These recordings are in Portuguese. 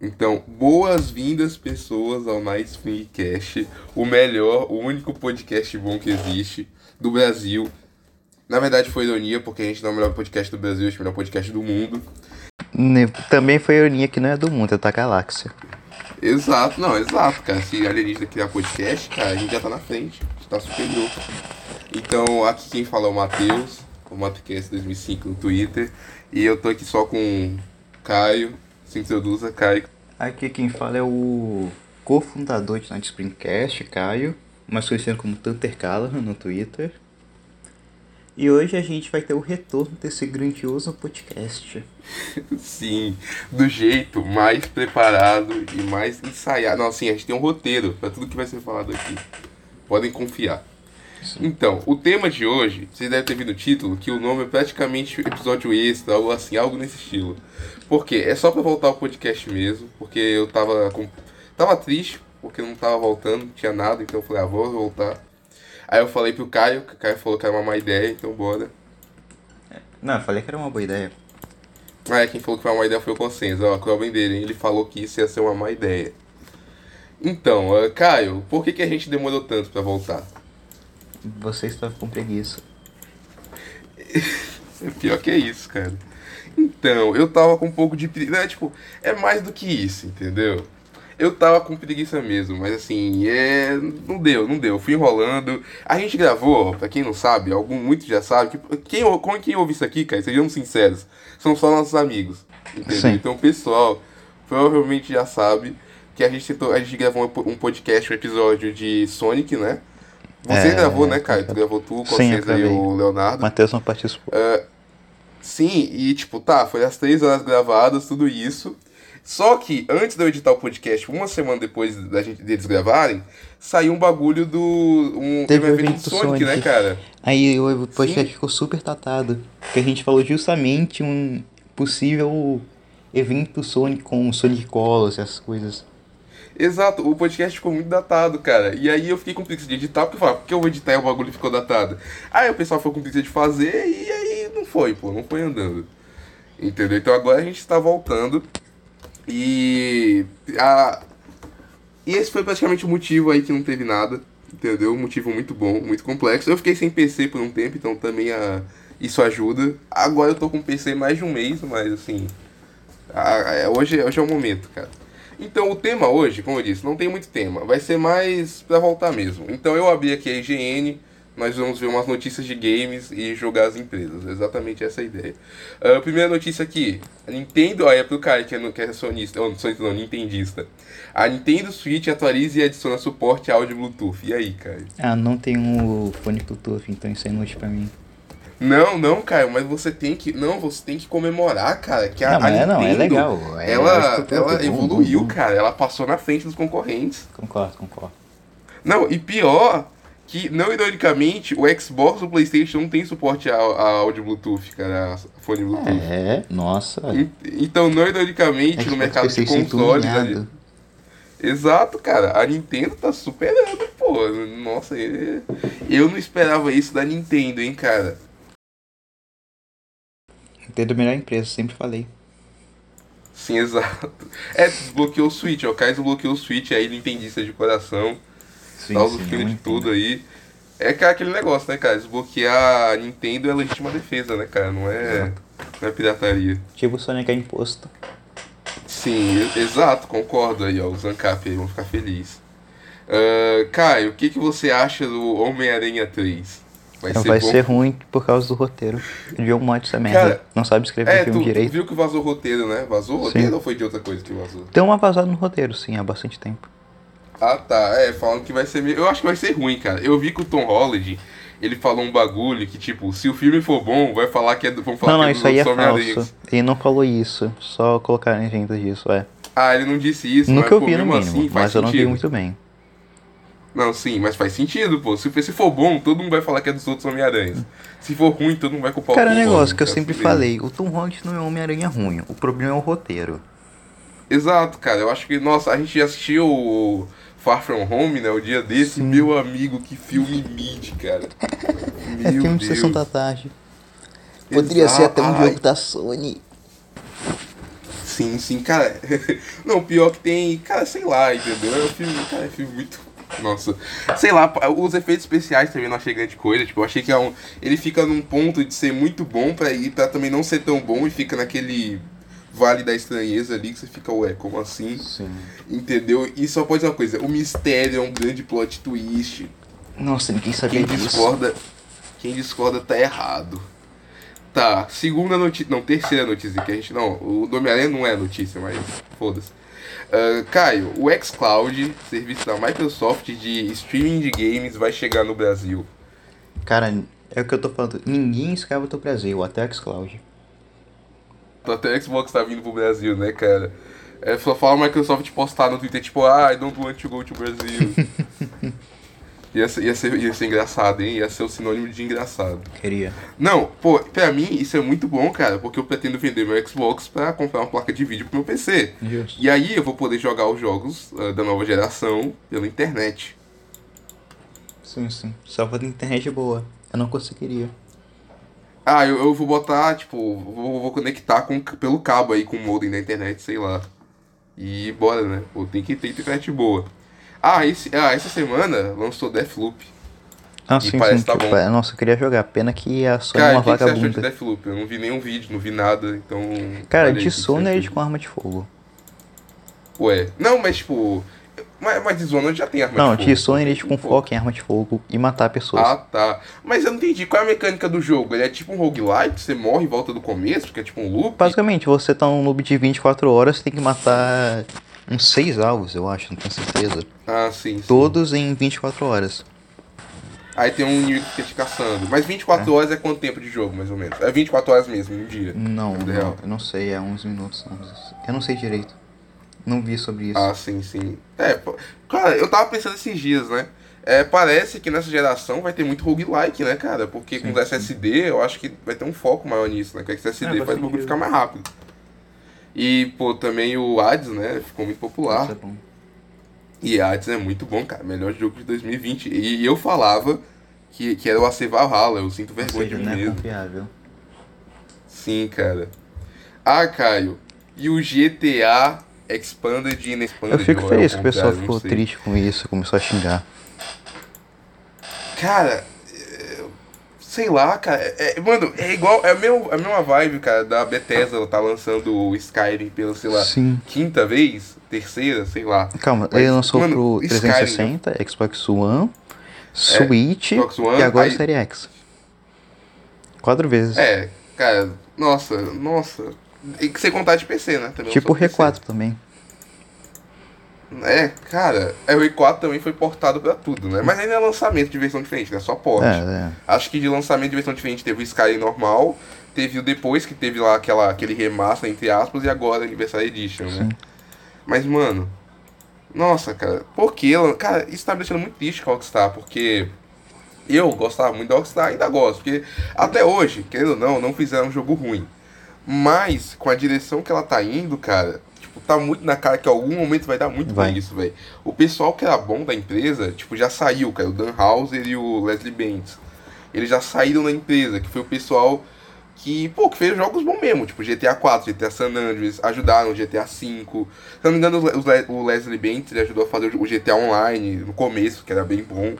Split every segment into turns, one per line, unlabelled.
Então, boas-vindas, pessoas, ao Mais Filmcast, o melhor, o único podcast bom que existe do Brasil. Na verdade, foi ironia, porque a gente não é o melhor podcast do Brasil, a gente é o melhor podcast do mundo.
Ne- Né, Também foi ironia que não é do mundo, é da galáxia.
Exato, não, exato, cara. Se alienígena criar podcast, cara, a gente já tá na frente, a gente tá superior. Então, aqui quem fala é o Matheus, o MatCast2005 no Twitter, e eu tô aqui só com o Caio, se introduza, Caio.
Aqui quem fala é o cofundador de Night Springcast, Caio, mais conhecido como Tanter Callahan no Twitter. E hoje a gente vai ter o retorno desse grandioso podcast.
Sim, do jeito mais preparado e mais ensaiado. Não, assim, a gente tem um roteiro pra tudo que vai ser falado aqui. Podem confiar. Então, o tema de hoje, vocês devem ter visto no título, que o nome é praticamente episódio extra, ou assim, algo nesse estilo. Por quê? É só pra voltar ao podcast mesmo, porque eu tava com... tava triste, porque eu não tava voltando, não tinha nada, então eu falei, ah, vou voltar. Aí eu falei pro Caio, que o Caio falou que era uma má ideia, então bora.
Não, eu falei que era uma boa ideia.
Ah, é, quem falou que foi uma má ideia foi o Consenso, ó, a bem dele, hein? ele falou que isso ia ser uma má ideia. Então, ah, Caio, por que, que a gente demorou tanto pra voltar?
Você estava com preguiça.
É pior que é isso, cara. Então, eu tava com um pouco de preguiça. É, tipo, é mais do que isso, entendeu? Eu tava com preguiça mesmo, mas assim, é. Não deu, não deu. Fui enrolando. A gente gravou, pra quem não sabe, algum muito já sabe. Que... Quem, ou- como quem ouve isso aqui, cara, sejamos sinceros, são só nossos amigos. Entendeu?
Sim.
Então, o pessoal, provavelmente já sabe que a gente tentou. A gente gravou um po- um podcast, um episódio de Sonic, né? Você
É,
gravou, né, Caio? Tu gravou tu, o
Sim, eu
César e
gravei.
o Leonardo.
Matheus não participou.
Sim, e tipo, tá, foi as três horas gravadas, tudo isso. Só que antes de eu editar o podcast, uma semana depois da gente, deles gravarem, saiu um bagulho do. Um,
Teve
um
o evento
do
do
Sonic,
Sonic.
né, cara?
Aí o podcast
Sim.
ficou super tratado, porque a gente falou justamente um possível evento Sonic com Sonic Colors e essas coisas.
Exato, o podcast ficou muito datado, cara. E aí eu fiquei com preguiça de editar, porque eu falava, por que eu vou editar e o bagulho ficou datado? Aí o pessoal ficou com preguiça de fazer e aí não foi, pô, não foi andando. Entendeu? Então agora a gente está voltando e. A... E esse foi praticamente o motivo aí que não teve nada, entendeu? Um motivo muito bom, muito complexo. Eu fiquei sem PC por um tempo, então também a... isso ajuda. Agora eu tô com PC mais de um mês, mas assim. Ah, é, hoje, hoje é o momento, cara. Então, o tema hoje, como eu disse, não tem muito tema. Vai ser mais pra voltar mesmo. Então, eu abri aqui a IGN. Nós vamos ver umas notícias de games e jogar as empresas. Exatamente essa é a ideia. Ah, primeira notícia aqui. A Nintendo... Olha, é pro cara que é, no- que é sonista... Oh, não, sonista não, nintendista. A Nintendo Switch atualiza e adiciona suporte a áudio Bluetooth. E aí, cara?
Ah, não tem um fone Bluetooth, então isso é inútil pra mim.
Não, não, Caio, mas você tem que... Não, você tem que comemorar, cara, que a,
não,
a
mas é-
Nintendo...
não, é legal. é- eu
Ela,
acho que eu tô-
ela
bom, bom,
evoluiu,
bom.
cara. Ela passou na frente dos concorrentes.
Concordo, concordo.
Não, e pior, que não ironicamente, o Xbox e o PlayStation não tem suporte a, a áudio Bluetooth, cara, a fone Bluetooth.
É, nossa.
E- Então, não ironicamente, no
Xbox
mercado de
360
consoles. ali-
tudo né?
Exato, cara. A Nintendo tá superando, pô. Nossa, é- eu não esperava isso da Nintendo, hein, cara.
Nintendo é a melhor empresa, sempre falei.
Sim, exato. É, desbloqueou o Switch, ó. O Caio desbloqueou o Switch aí, Nintendista de coração.
Sim, é
Salva o filho de tudo aí. É que é aquele negócio, né, cara? Desbloquear a Nintendo é legítima defesa, né, cara? Não é, não é pirataria.
Tipo o Sonic é imposto.
Sim, e- exato, concordo aí, ó. Os ANCAP aí vão ficar felizes. Ah, Caio, o que, que você acha do Homem-Aranha 3? Vai
Vai,
ser bom?
ser ruim por causa do roteiro. Viu um monte dessa merda.
Cara,
não sabe escrever
É, tu,
filme
tu
direito.
viu que vazou o roteiro, né? Vazou o
Sim.
roteiro ou foi de outra coisa que vazou?
Tem uma vazada no roteiro, sim, há bastante tempo.
Ah, tá. É, falando que vai ser meio... Eu acho que vai ser ruim, cara. Eu vi que o Tom Holland, ele falou um bagulho que, tipo, se o filme for bom, vai falar que é do... Vão falar
não,
que
não,
é dos
isso aí é
outros Homem-Aranhas.
falso. Ele não falou isso. Só colocaram em agenda disso, é.
Ah, ele não disse isso, mas
Nunca
pô,
ouvi no
mesmo
mínimo,
assim faz
mas eu não vi
sentido.
muito bem.
Não, sim, mas faz sentido, pô. Se, se for bom, todo mundo vai falar que é dos outros Homem-Aranhas. Se for ruim, todo mundo vai culpar
Hum. Cara, é
o tá
um
Tom
negócio
Holland,
que eu
cara,
sempre
fudeu.
falei. O Tom Holland não é um Homem-Aranha ruim. O problema é o roteiro.
Exato, cara. Eu acho que, nossa, a gente já assistiu o Far From Home, né? O dia desse, meu amigo, que filme mid, cara. Meu
É filme
Deus.
de sessão da tarde. um
Poderia ser até um Exato. jogo
da Sony.
Sim, sim, cara. Não, pior que tem. Cara, sei lá, entendeu? É um filme, cara, é um filme muito. Nossa. Sei lá, os efeitos especiais também não achei grande coisa. Tipo, eu achei que é um. Ele fica num ponto de ser muito bom pra ir pra também não ser tão bom e fica naquele vale da estranheza ali que você fica, ué, como assim?
Sim.
Entendeu? E só pode ser uma coisa, o mistério é um grande plot twist.
Nossa, ninguém sabia
Quem
disso.
discorda, quem discorda tá errado. Tá, segunda notícia. Não, terceira notícia que a gente. Não, o do Homem-Aranha não é notícia, mas foda-se. Ah, Caio, o xCloud, serviço da Microsoft de streaming de games, vai chegar no Brasil.
Cara, é o que eu tô falando. Ninguém escrava do Brasil, até o Xcloud.
Até o Xbox tá vindo pro Brasil, né, cara? É só falar a Microsoft postar no Twitter, tipo, ah, I don't want to go to Brasil. ia, ser, ia, ser, ia ser engraçado, hein? Ia ser o sinônimo de engraçado.
Queria.
Não, pô, pra mim isso é muito bom, cara, porque eu pretendo vender meu Xbox pra comprar uma placa de vídeo pro meu PC.
Justo.
E aí eu vou poder jogar os jogos ah, da nova geração pela internet.
Sim, sim. Só pra ter internet boa. Eu não conseguiria.
Ah, eu, eu vou botar, tipo, vou, vou conectar com, pelo cabo aí com o modem da internet, sei lá. E bora, né? Pô, tem que ter internet boa. Ah, esse, ah, essa semana lançou Deathloop.
Ah,
sim, parece sim, tá que bom. pa-
Nossa, eu queria jogar. Pena que a Sony é
Cara,
uma
o que, que você achou de
vagabunda.
Deathloop? Eu não vi nenhum vídeo, não vi nada, então.
Cara,
olha aí o que
de
que você
Sony
achou.
eles com arma de fogo.
Ué, não, mas tipo. Mas, mas Dishonored já tem arma
não,
de fogo.
de Sony eles
Pô.
com foco em arma de fogo e matar pessoas.
Ah, tá. Mas eu não entendi qual é a mecânica do jogo. Ele é tipo um roguelike, você morre e volta do começo, porque é tipo um loop.
Basicamente, você tá num loop de 24 horas, tem que matar uns 6 alvos, eu acho, não tenho certeza.
Ah, sim. sim.
Todos em 24 horas.
Aí tem um inimigo que fica te caçando. Mas 24 horas é quanto tempo de jogo, mais ou menos? É 24 horas mesmo, um dia.
Não,
Entendeu?
não, eu não sei, é 11 minutos. 11. Eu não sei direito. Não vi sobre isso.
Ah, sim, sim. É, pô. cara, eu tava pensando esses dias, né? É, parece que nessa geração vai ter muito roguelike, né, cara? Porque com os SSD eu acho que vai ter um foco maior nisso, né? Que o SSD
É,
faz o bagulho
bastante.
ficar mais rápido. E, pô, também o Hades, né? Ficou muito popular.
Isso é bom.
E Hades é muito bom, cara. Melhor jogo de 2020. E, e eu falava que, que era o AC Valhalla. Eu sinto
Ou
vergonha
seja,
de
não
mim
é
mesmo.
confiável.
Sim, cara. Ah, Caio. E o GTA Expanded e Inexpanded?
Eu fico
ou é
feliz que
contrário,
o pessoal
não
ficou
sei.
triste com isso, começou a xingar.
Cara, é, sei lá, cara. É, é- mano, é igual. É a mesma, a mesma vibe, cara, da Bethesda. Ela tá lançando o Skyrim pela, sei lá,
Sim.
quinta vez? Terceira, sei lá.
Calma,
Mas,
ele lançou
mano,
pro
Skyrim, né?
360, Xbox One, Switch
É, Xbox One,
e agora
aí-
o Série X. Quatro vezes.
É, cara, nossa, nossa. E que você contar de PC, né? Também eu
tipo o
sou PC.
R4 também.
É, cara, é, o E4 também foi portado pra tudo, né? Mas ainda é lançamento de versão diferente, né? Só porte.
É, é.
Acho que de lançamento de versão diferente teve o Skyrim normal, teve o depois, que teve lá aquela, aquele remaster, entre aspas, e agora Anniversary Edition, né? Mas, mano, nossa, cara, por que? ela- Cara, isso tá me deixando muito triste com a Rockstar, porque eu gostava muito da Rockstar, ainda gosto, porque até hoje, querendo ou não, não fizeram um jogo ruim. Mas, com a direção que ela tá indo, cara, tipo, tá muito na cara que em algum momento vai dar muito
Vai.
ruim isso, velho. O pessoal que era bom da empresa, tipo, já saiu, cara, o Dan Houser e o Leslie Bentes. Eles já saíram da empresa, que foi o pessoal que, pô, que fez jogos bons mesmo, tipo GTA 4, GTA San Andreas, ajudaram o GTA 5. Se eu não me engano, o Le- o Leslie Bentes ele ajudou a fazer o GTA Online no começo, que era bem bom.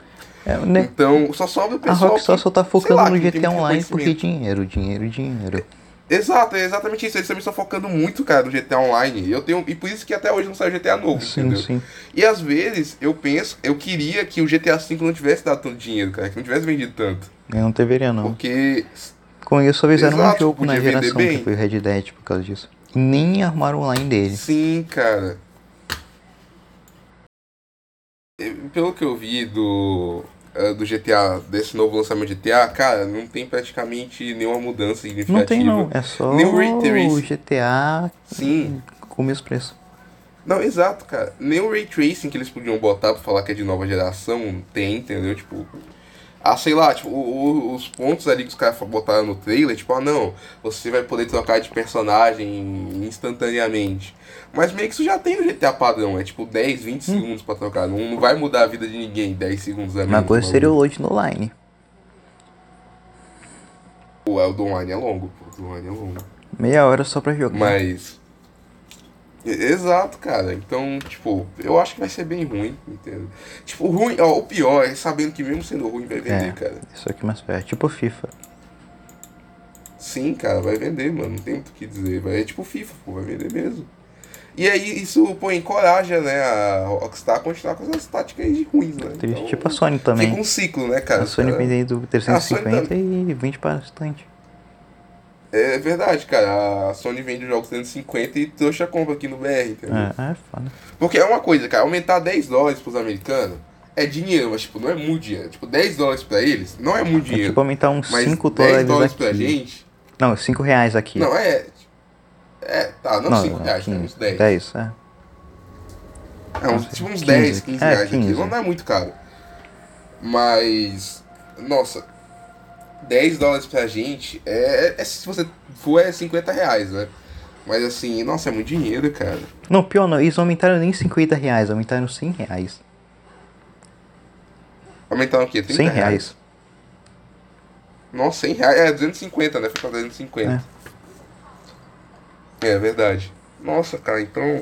É, né?
Então, só sobra o
A
pessoal
Rockstar
que-
só tá
sei lá,
focando no
que não tem
GTA
muito
Online porque
reconhecimento.
dinheiro, dinheiro, dinheiro.
Exato, é exatamente isso. Eles também estão focando muito, cara, no GTA Online. E Eu tenho... E por isso que até hoje não saiu GTA novo,
Sim,
É, entendeu?
sim.
E às vezes eu penso, eu queria que o GTA V não tivesse dado tanto dinheiro, cara, que não tivesse vendido tanto.
Eu não deveria não.
Porque.
Com isso só fizeram
Exato,
um jogo na
podia vender
geração
bem.
que foi o Red Dead por causa disso. E nem armaram o online dele.
Sim, cara. Eu- Pelo que eu vi do. eh, Do GTA, desse novo lançamento de GTA, cara, não tem praticamente nenhuma mudança significativa.
Não tem não, é só
Nem o Ray Tracing.
o GTA
Sim.
com o mesmo preço.
Não, exato, cara. Nem o ray tracing que eles podiam botar pra falar que é de nova geração tem, entendeu? Tipo. Ah, sei lá, tipo, o- o- os pontos ali que os caras botaram no trailer, tipo, ah não, você vai poder trocar de personagem instantaneamente. Mas meio que isso já tem no GTA padrão, é tipo 10, 20
Hum.
segundos pra trocar. Não, não vai mudar a vida de ninguém 10 segundos é a menos.
Uma coisa seria o
o.
load no online.
bagulho. Pô, é, O do online é longo, pô, o do online é longo.
Meia hora só pra jogar.
Mas. E- Exato, cara. Então, tipo, eu acho que vai ser bem ruim, entendeu? Tipo, o ruim, ó, o pior é sabendo que mesmo sendo ruim vai vender,
É.
cara.
Isso aqui mais perto. Tipo FIFA.
Sim, cara, vai vender, mano. Não tem muito o que dizer. Vai- É tipo FIFA, pô, vai vender mesmo. E aí isso, pô, encoraja, né, a Rockstar a continuar com essas táticas aí de ruins, né?
Triste.
Então,
tipo a Sony também.
Fica um ciclo, né, cara?
a Sony
Cara,
vendendo
A Sony tá-
350 e vende bastante.
É verdade, cara. A Sony vende os jogos 150 e trouxa compra aqui no BR, entendeu?
É, é foda.
Porque é uma coisa, cara, aumentar 10 dólares pros americanos é dinheiro, mas tipo, não é muito dinheiro. Tipo, 10 dólares pra eles não é muito
É
dinheiro.
tipo aumentar uns
mas
5
10
dólares,
dólares pra
aqui.
gente.
Não, 5 reais aqui.
Não, é. É, tá, não, 5 reais, né? Uns 10.
10, é.
É, uns, tipo uns
15,
10, 15
é,
reais aqui.
15.
Não é muito caro. Mas. Nossa. 10 dólares pra gente é, é- Se você for, é 50 reais, né? Mas assim, nossa, é muito dinheiro, cara.
Não, pior não, eles não aumentaram nem 50 reais, aumentaram 100 reais.
Aumentaram o quê? 30
100 reais.
Nossa, 100 reais. É 250, né? Foi pra 250. É. verdade. Nossa, cara, então.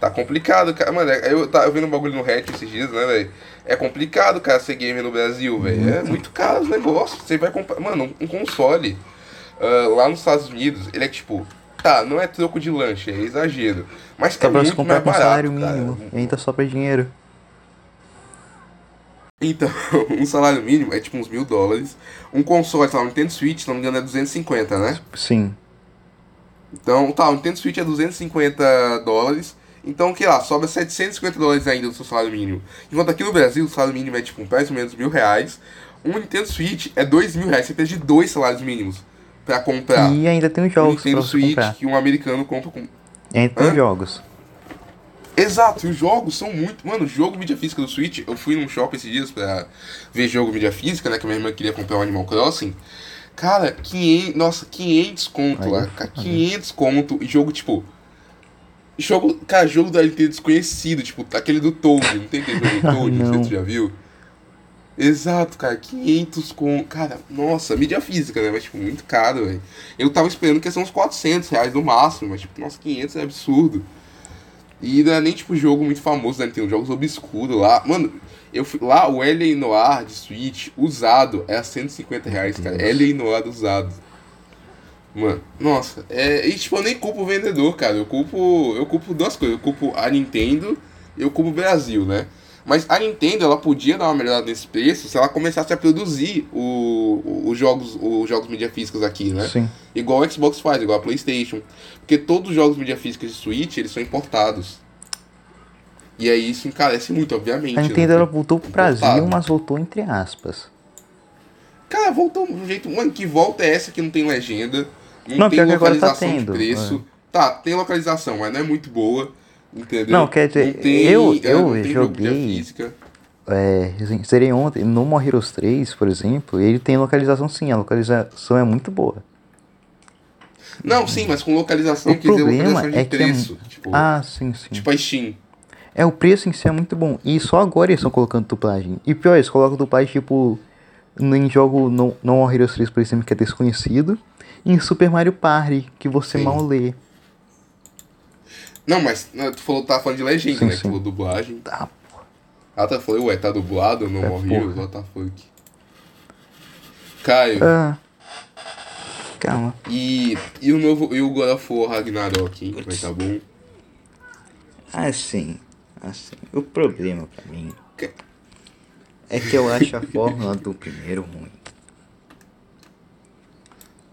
Tá complicado, cara. Mano, é- eu tava vendo um bagulho no Hatch esses dias, né, velho? É complicado, cara, ser gamer no Brasil, velho. É muito caro os negócios. Você vai comprar. Mano, um console ah, lá nos Estados Unidos, ele é tipo. Tá, não é troco de lanche, é exagero. Mas
Tá
é
pra você
muito
comprar
mais
com
barato.
salário
cara.
mínimo. E ainda sobra dinheiro.
Então, um salário mínimo é tipo uns mil dólares. Um console, sei lá, um Nintendo Switch, se não me engano, é 250, né?
Sim.
Então, tá, o Nintendo Switch é 250 dólares. Então, que lá, sobra 750 dólares ainda do seu salário mínimo. Enquanto aqui no Brasil, o salário mínimo é tipo mais ou menos mil reais. Um Nintendo Switch é dois mil reais. Você precisa de dois salários mínimos pra comprar
E ainda tem os
um
jogos pra
Nintendo
Então, você
Switch
comprar.
que um americano compra com.
E ainda tem
Hã?
os jogos.
Exato, e os jogos são muito. Mano, o jogo mídia física do Switch, eu fui num shopping esses dias pra ver jogo mídia física, né? Que minha irmã queria comprar um Animal Crossing. Cara, 500. Nossa, 500 conto
Aí,
lá. Cara, 500 conto. E jogo tipo. Jogo. Cara, jogo da Nintendo desconhecido. Tipo, aquele do Toad. Não tem aquele jogo do
Ah,
Toad? Não sei
não.
se tu já viu. Exato, cara, 500 com. Cara, nossa, mídia física, né? Mas, tipo, muito caro, velho. Eu tava esperando que ia ser uns 400 reais no máximo, mas, tipo, nossa, 500 é absurdo. E não é nem, tipo, jogo muito famoso, né? Tem uns jogos obscuros lá. Mano, eu fui lá, o L.A. Noir de Switch, usado, é a 150 reais, cara.
Deus.
L.A. Noir usado. Mano, nossa, é, e tipo, eu nem culpo o vendedor, cara. Eu culpo, eu culpo duas coisas. Eu culpo a Nintendo e eu culpo o Brasil, né? Mas a Nintendo, ela podia dar uma melhorada nesse preço se ela começasse a produzir o- o- os jogos, os jogos mídia físicas aqui, né?
Sim.
Igual o Xbox faz, igual a PlayStation. Porque todos os jogos mídia física de Switch, eles são importados. E aí isso encarece muito, obviamente.
A
né?
Nintendo ela voltou pro Brasil,
Importado.
mas voltou entre aspas.
Cara, voltou de um jeito. Mano, que volta é essa que não tem legenda? Não,
Não,
tem
pior que agora tá
localização
tendo, é.
de preço. Tá, tem localização, mas não é muito boa. Entendeu?
Não, quer dizer,
Não tem,
eu-
é,
eu
não tem jogo de
joguei-
física.
É, assim, serei ontem no More Heroes 3, por exemplo, ele tem localização sim, a localização é muito boa.
Não, sim, mas com localização,
O
quer dizer,
problema
localização de
é que é
preço. Tipo,
Ah, sim, sim.
tipo a Steam.
É, o preço em si é muito bom. E só agora eles estão colocando dublagem. E pior, eles colocam dublagem, tipo, no- em jogo No, no More Heroes 3, por exemplo, que é desconhecido. E em Super Mario Party, que você
Sim.
mal lê.
Não, mas né, tu falou, tá falando de legenda,
Sim,
né?
sim.
Tu falou dublagem.
Tá,
Ah, tá, falei, ué, tá dublado no
É,
Morrio?
porra.
What the fuck? Caio,
ah. Calma.
e, e o novo, e o God of War Ragnarok, hein? Vai tá bom?
Assim, assim. O problema pra mim
Que-
é que eu acho a fórmula do primeiro ruim.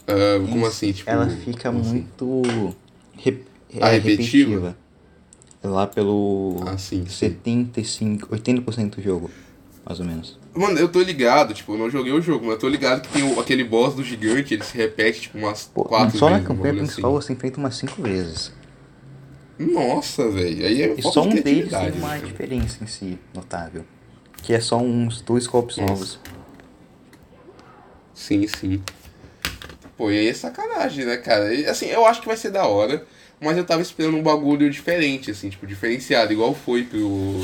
Ah, como assim, tipo...
Ela fica
como assim?
muito rep-
Ah,
é,
repetitiva?
repetitiva. Lá pelo
Ah, sim, sim.
75, 80% do jogo, mais ou menos.
Mano, eu tô ligado, tipo, eu não joguei o jogo, mas eu tô ligado que tem o- aquele boss do gigante, ele se repete, tipo, umas
Pô,
quatro
só na
vezes. um
campanha
bagulho
principal você enfrenta umas 5 vezes.
assim. Nossa, velho, aí é
E
falta
só um
de
deles tem
criatividade,
uma
né?
diferença em si notável. Que é só uns dois golpes
Nossa.
novos.
Sim, sim. Pô, e aí é sacanagem, né, cara? E, assim, eu acho que vai ser da hora, mas eu tava esperando um bagulho diferente, assim, tipo, diferenciado, igual foi pro,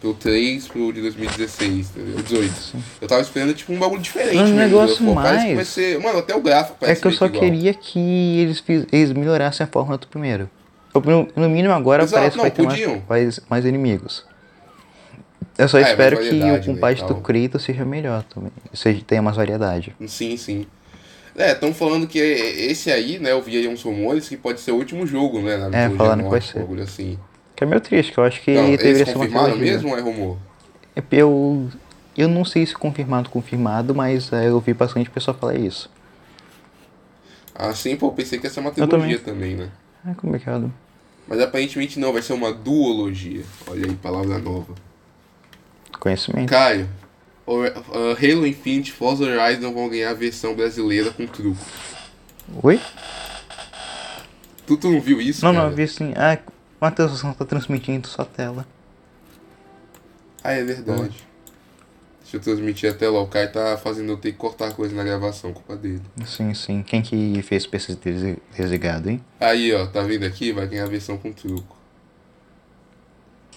pro 3, pro de 2016, entendeu? 18.
Assim.
Eu tava esperando, tipo, um bagulho diferente.
Um
mesmo,
negócio
né? Pô, Parece que vai
mais-
ser... Mano, até o gráfico
É
parece
que eu
meio
só
igual.
queria que eles, fiz- eles melhorassem a fórmula do primeiro. Então, no, no mínimo agora
Exato,
parece que
não,
vai ter
podiam.
mais, mais, mais inimigos. Eu só
É, mais
espero que o
variedade, né,
combate
e
do
tal.
Kratos seja melhor também. Seja, tenha mais variedade.
Sim, sim. É, estão falando que esse aí, né? Eu vi aí uns rumores que pode ser o último jogo, né? Na mitologia
É, falaram que vai
nórdica,
ser.
um bagulho assim.
Que é meio triste, que eu acho que
Não, eles
deveria ser uma
confirmaram
trilogia.
mesmo ou é rumor?
Eu, eu não sei se confirmado, confirmado, mas é, eu ouvi bastante pessoa falar isso.
Ah, sim, pô, pensei que ia ser uma
Eu também.
trilogia também, né?
É complicado.
Mas aparentemente não, vai ser uma duologia. Olha aí, palavra nova.
Conhecimento.
Caio, o- uh, Halo Infinite Forza Horizon vão ganhar a versão brasileira com truco.
Oi?
Tu, tu não viu isso,
Não,
cara?
não, eu vi sim. Ah, Matheus, você não tá transmitindo sua tela.
Ah, é verdade. Deixa eu transmitir até lá. O Caio tá fazendo eu ter que cortar coisa na gravação, culpa dele.
Sim, sim. Quem que fez PC desi- desligado, hein?
Aí, ó, tá vendo aqui? Vai ganhar a versão com truco.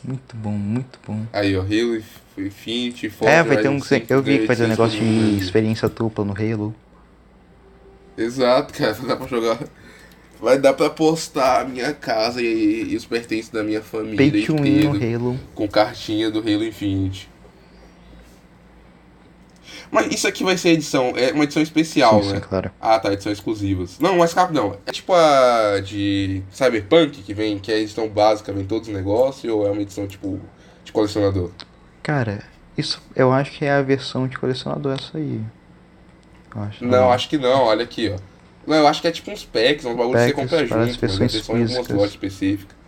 Muito bom, muito bom.
Aí, ó, Halo Inf- Infinite Forza
É, vai ter um.
Horizon 5
Eu vi que vai ter um
ganha
negócio de
800
experiência dupla no Halo.
Exato, cara, vai dar pra jogar. Vai dar pra postar a minha casa e, e os pertences da minha família
Pay to win no
inteiro
Halo.
com cartinha do Halo Infinite. Mas isso aqui vai ser edição, é uma edição especial,
Sim, sim,
né?
claro.
Ah, tá, edição exclusivas. Não, mais rápido não. É tipo a de Cyberpunk, que vem, que é a edição básica, vem todos os negócios, ou é uma edição tipo de colecionador?
Cara, isso eu acho que é a versão de colecionador essa aí. Eu acho, né?
Não, acho que não, olha aqui, ó. Não, eu acho que é tipo uns packs, um bagulho que você
Packs
compra junto,
para as
mas
pessoas
eles são em algumas
físicas. Hum.
lojas específicas.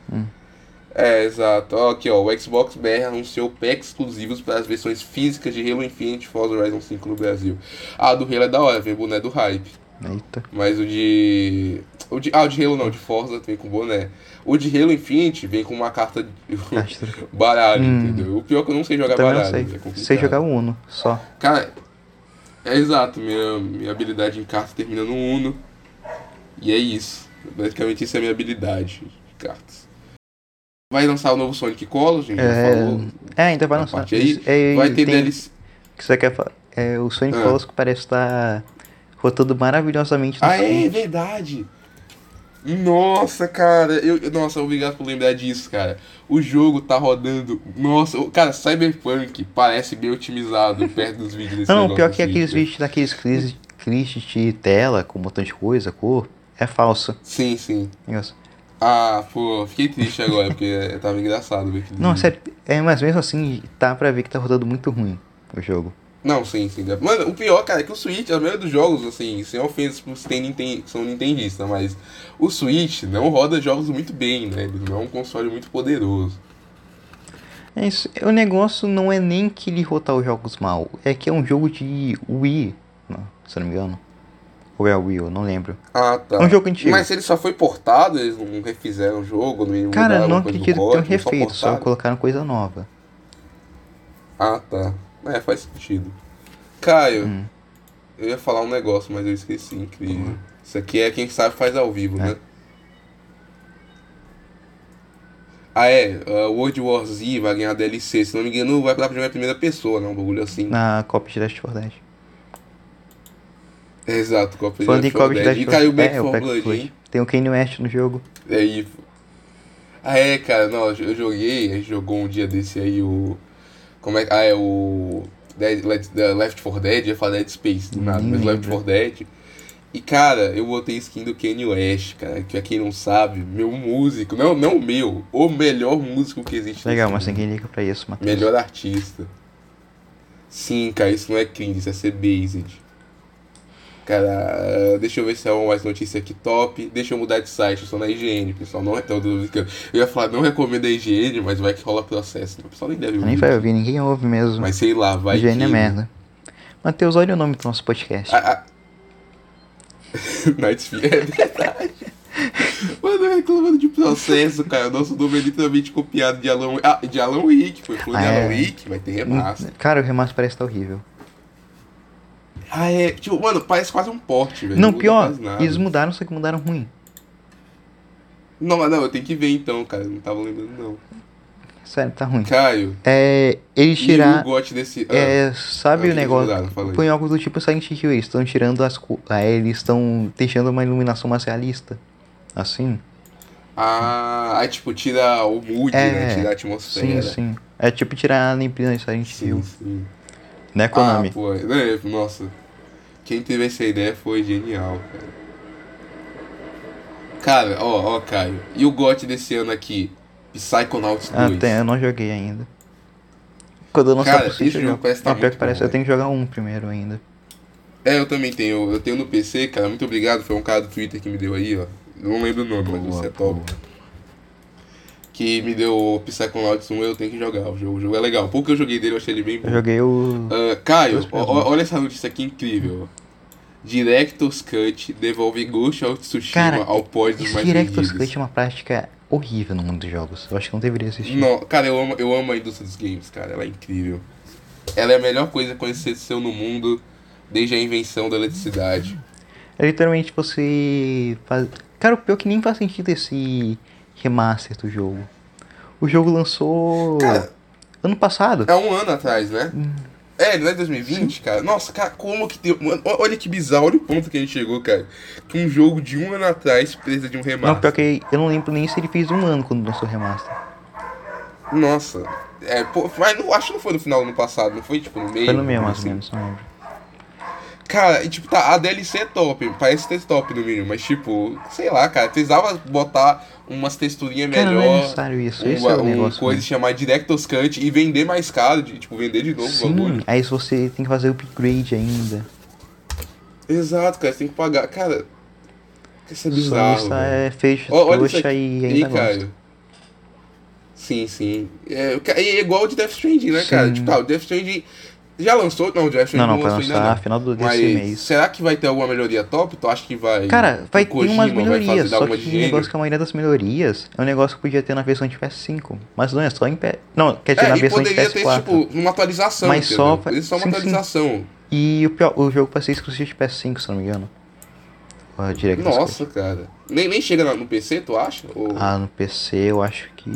É, exato. Ó, aqui, ó, o Xbox BR anunciou packs exclusivos para as versões físicas de Halo Infinite e Forza Horizon 5 no Brasil. Ah, do Halo é da hora, vem boné do hype.
Eita.
Mas o de... o de... Ah, o de Halo não, o de Forza vem com boné. O de Halo Infinite vem com uma carta de...
Castro.
baralho, entendeu? O pior é que eu não sei jogar
Hum. Também não
baralho,
sei.
é complicado.
Sei jogar Uno, só.
Cara, é exato, minha, minha habilidade em cartas termina no Uno. E é isso. Basicamente isso é a minha habilidade de cartas. Vai lançar o novo Sonic Colors, a gente já falou.
É, ainda vai
na
lançar.
parte aí.
Isso- é,
Vai ter
tem-
DLC.
o que você quer falar? É, o Sonic
Ah.
Colors que parece estar rotando maravilhosamente no
Ah, é, é
Switch.
verdade! Nossa, cara, eu, eu- nossa, obrigado por lembrar disso, cara. O jogo tá rodando. Nossa, o- cara, Cyberpunk parece bem otimizado perto dos vídeos desse
Não, não,
negócio
pior
do
que é aqueles
Switch, né?
vídeos daqueles clichês de tela com um montão de coisa, cor, é falso.
Sim, sim.
Negócio.
Ah, pô, fiquei triste agora, porque é, tava engraçado ver aquele
Não,
vídeo.
sério, é, mas mesmo assim tá pra ver que tá rodando muito ruim o jogo.
Não, sim, sim. dá- Mano, o pior, cara, é que o Switch, a maioria dos jogos, assim, sem ofensas pros que tem Ninten- que são nintendistas, mas o Switch não roda jogos muito bem, né? Ele não é um console muito poderoso.
É isso, o negócio não é nem que ele rotar os jogos mal, é que é um jogo de Wii, não, se eu não me engano. Ou é Wii, eu não lembro.
Ah, tá.
É um jogo antigo.
Mas ele só foi portado, eles não refizeram o jogo, não
Cara,
mudaram
não
alguma coisa do
acredito que tenham
código, só
refeito, só um
portaram.
colocaram coisa nova.
Ah, tá. É, faz sentido. Caio,
Hum.
eu ia falar um negócio, mas eu esqueci, incrível.
Uhum.
Isso aqui é quem sabe faz ao vivo,
É.
né? Ah, é, uh, World War Z vai ganhar DLC, se não me engano, vai dar pra jogar em primeira pessoa, né? Um bagulho assim.
Na Copa de Last for Dead.
Exato, Copa de
Falando em
Left 4
Copa de
é, Dead.
Last
E
for Dead,
caiu Back
é, o
4
Back
Blood,
Blood.
hein?
Tem o Kanye West no jogo.
E aí. Ah, é, cara, não, eu joguei, a gente jogou um dia desse aí o. Como é que. Ah, é o. Dead, Let- da Left 4 Dead, ia falar Dead Space do nada,
Nem
mas Left
Hum,
4
lembro.
Dead. E cara, eu botei skin do Kanye West, cara, que pra quem não sabe, meu músico, não, não meu, o melhor músico que existe
Legal,
nesse
mas
mundo.
ninguém liga pra isso, Matheus.
Melhor artista. Sim, cara, isso não é cringe, isso é ser based. Cara, ah, deixa eu ver se há uma mais notícia aqui top. Deixa eu mudar de site, eu sou na IGN, pessoal. Não é tão brincando. Eu ia falar, não recomendo a IGN, mas vai que rola processo. né? O pessoal nem deve
Nem
ouvir.
vai ouvir, ninguém ouve mesmo.
Mas sei lá, vai
Gênio
que...
é
Ah.
merda. Matheus, olha o nome do nosso podcast.
A, a... Night Sphere, é verdade. Mano, reclamando de processo, cara. Nosso nome é literalmente copiado de Alan, ah, de Alan Wake. Foi falando de
Ah, é.
Alan Wake, vai ter remaster.
Cara, o remaster parece estar horrível.
Ah, é. Tipo, mano, parece quase um porte, velho.
Não,
muda
pior,
quase nada.
eles mudaram, só que mudaram ruim.
Não, mas não, eu tenho que ver então, cara. Eu não tava lembrando, não.
Sério, tá ruim.
Caio,
É, eles
e o
tiraram.
gote desse. Ah,
É,
Ah,
sabe
o
o
que que
negócio?
mudaram? Fala aí.
Põe algo do tipo Silent Hill, eles estão é, tirando as. co- Ah, eles estão deixando uma iluminação mais realista. Assim?
Ah, aí tipo, tira o mood, né?
É,
Tira a
Sim,
atmosfera.
sim. É tipo tirar a limpeza da história em si.
sim. sim.
Né,
Ah,
Konami?
pô. é, Nossa. Quem teve essa ideia foi genial, cara. Cara, ó, ó, Caio. E o GOT desse ano aqui? Psychonauts 2.
Ah, tem, eu não joguei ainda. Quando eu lançar
Cara,
pro Switch,
esse
eu
jogo
jogo.
parece que tá
Ah, pior
muito
que parece,
bom,
eu tenho que jogar um primeiro ainda.
É, eu também tenho. Eu tenho no PC, cara. Muito obrigado. Foi um cara do Twitter que me deu aí, ó. Eu não lembro o nome, mas
Boa,
você é top.
boa.
Que me deu o Psychonauts 1, eu tenho que jogar. O jogo, o jogo é legal. Pouco que eu joguei dele, eu achei ele bem bom.
Eu joguei o.
Ah, Caio,
Dois
ó- ó- olha essa notícia aqui incrível. Director's Cut devolve Ghost of Tsushima
Cara,
ao pódio dos
Esse
mais assim.
Director's
vendidos.
Cut é uma prática horrível no mundo dos jogos. Eu acho que não deveria existir.
Não, cara, eu amo, eu amo a indústria dos games, cara. Ela é incrível. Ela é a melhor coisa que aconteceu no mundo desde a invenção da eletricidade.
É literalmente você. Faz... Cara, o pior é que nem faz sentido esse remaster do jogo. O jogo lançou.
Cara.
ano passado.
Há um ano atrás, né? É, não é 2020, cara? Nossa, cara, como que deu. Mano, o- olha que bizarro, olha o ponto que a gente chegou, cara. Que um jogo de um ano atrás precisa de um
Não, pior
remaster.
que eu não lembro nem se ele fez um ano quando lançou o remaster.
Nossa. É, pô, mas não, acho que não foi no final do ano passado, não foi tipo no meio.
Foi no meio, mais ou
assim.
menos, não lembro.
Cara, e tipo, tá, a DLC é top, parece ter top no mínimo, mas tipo, sei lá, cara, precisava botar umas texturinhas
Cara, não é
melhor,
necessário isso. Esse
uma,
é o
uma
negócio.
coisa
né?
chamada Director's Cut e vender mais caro, de, tipo, vender de novo o
Sim,
bagulho.
aí se você tem que fazer upgrade ainda.
Exato, cara, você tem que pagar. Cara, isso é
Só
bizarro.
isso
velho.
é feio,
Ó, olha isso
trouxa e
E
é, ainda
aí,
gosta.
cara? Sim, sim. É, o ca- e é igual o de Death Stranding, né, cara?
Sim.
Tipo, ah, o Death Stranding já lançou? Não, o Death Stranding
Não,
não,
não, vai
lançou ainda
lançar
não.
final do, desse
né? Mas
mês.
será que vai ter alguma melhoria top? Tu acha que vai.
Cara, vai
o
ter umas
Kojima vai fazer
melhorias,
dar
só
alguma de
que o
gênio?
negócio que a maioria das melhorias é um negócio que podia ter na versão de PS5. Mas não é só em PS. Não, quer dizer, na
É, e
versão de
poderia ter,
PS4.
tipo, uma atualização,
Mas
entendeu?
só-
Poderia ser só uma
sim, sim.
atualização.
E o, pior, o jogo vai ser exclusivo de PS5, se não me engano. Ah, Direct
Nossa, cara. Nem, nem chega na- no PC, tu acha? Ou...
Ah, no PC eu acho que.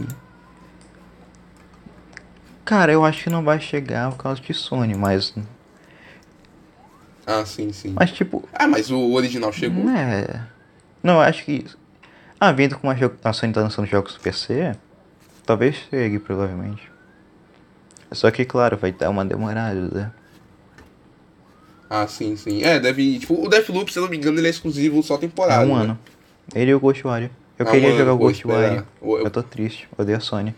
Cara, eu acho que não vai chegar por causa de Sony, mas.
Ah, sim, sim.
Mas tipo,
Ah, mas o original chegou.
É. Não, eu acho que. Ah, vindo com uma jo... a Sony tá lançando jogos do PC, talvez chegue, provavelmente. Só que, claro, vai dar uma demorada, né?
Ah, sim, sim. É, deve. Tipo, o Deathloop, se eu não me engano, ele é exclusivo só
É
temporário.
um
né?
ano. Ele e o Ghostwire. Eu
Ah,
queria
mano,
jogar o
vou esperar.
Ghostwire.
é. O-
Eu tô triste, odeio a Sony.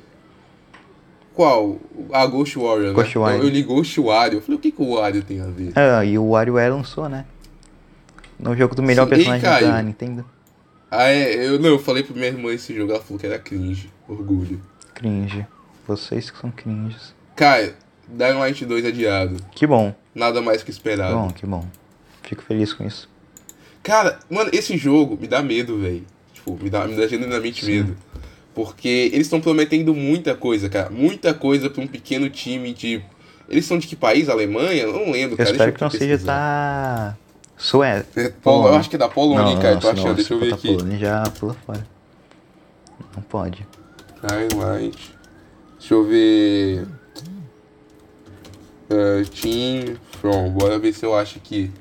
Qual? A Ghost Warrior, né?
Ghost Warrior.
Eu, eu li Ghost Warrior. Eu falei, o que, que o Wario tem a ver?
Ah, e o WarioWare lançou, né? No jogo do melhor
Sim,
personagem
e
da
Caio?
Nintendo.
Ah, é, eu não, eu falei pra minha irmã esse jogo, ela falou que era cringe. Orgulho.
Cringe. Vocês que são cringes.
Cara, Dying Light 2 adiado.
Que bom,
Nada mais que
que
esperado.
bom, que bom. Fico feliz com isso.
Cara, mano, esse jogo me dá medo, velho. Tipo, me dá, me dá genuinamente medo. Porque eles estão prometendo muita coisa, cara. Muita coisa pra um pequeno time de. Eles são de que país? Alemanha? Eu não lembro,
Eu
cara.
espero
Deixa
que não seja tá?
pesquisar.
da. Sué.
É, Polo- eu
Polônia.
acho que é da Polônia, cara. tô achando, deixa eu
se
ver
botar
aqui.
Polônia já pula fora. Não pode.
Dying Light. Deixa eu ver. Ah, team From. Bora ver se eu acho aqui.